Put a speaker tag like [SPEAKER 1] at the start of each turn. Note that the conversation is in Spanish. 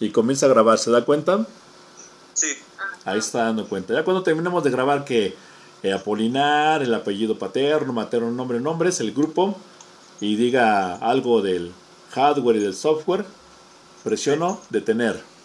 [SPEAKER 1] y comienza a grabar, ¿se da cuenta?
[SPEAKER 2] Sí.
[SPEAKER 1] Ahí está dando cuenta. Ya cuando terminemos de grabar que eh, Apolinar, el apellido paterno, materno, nombre, nombres, el grupo, y diga algo del hardware y del software, presiono detener.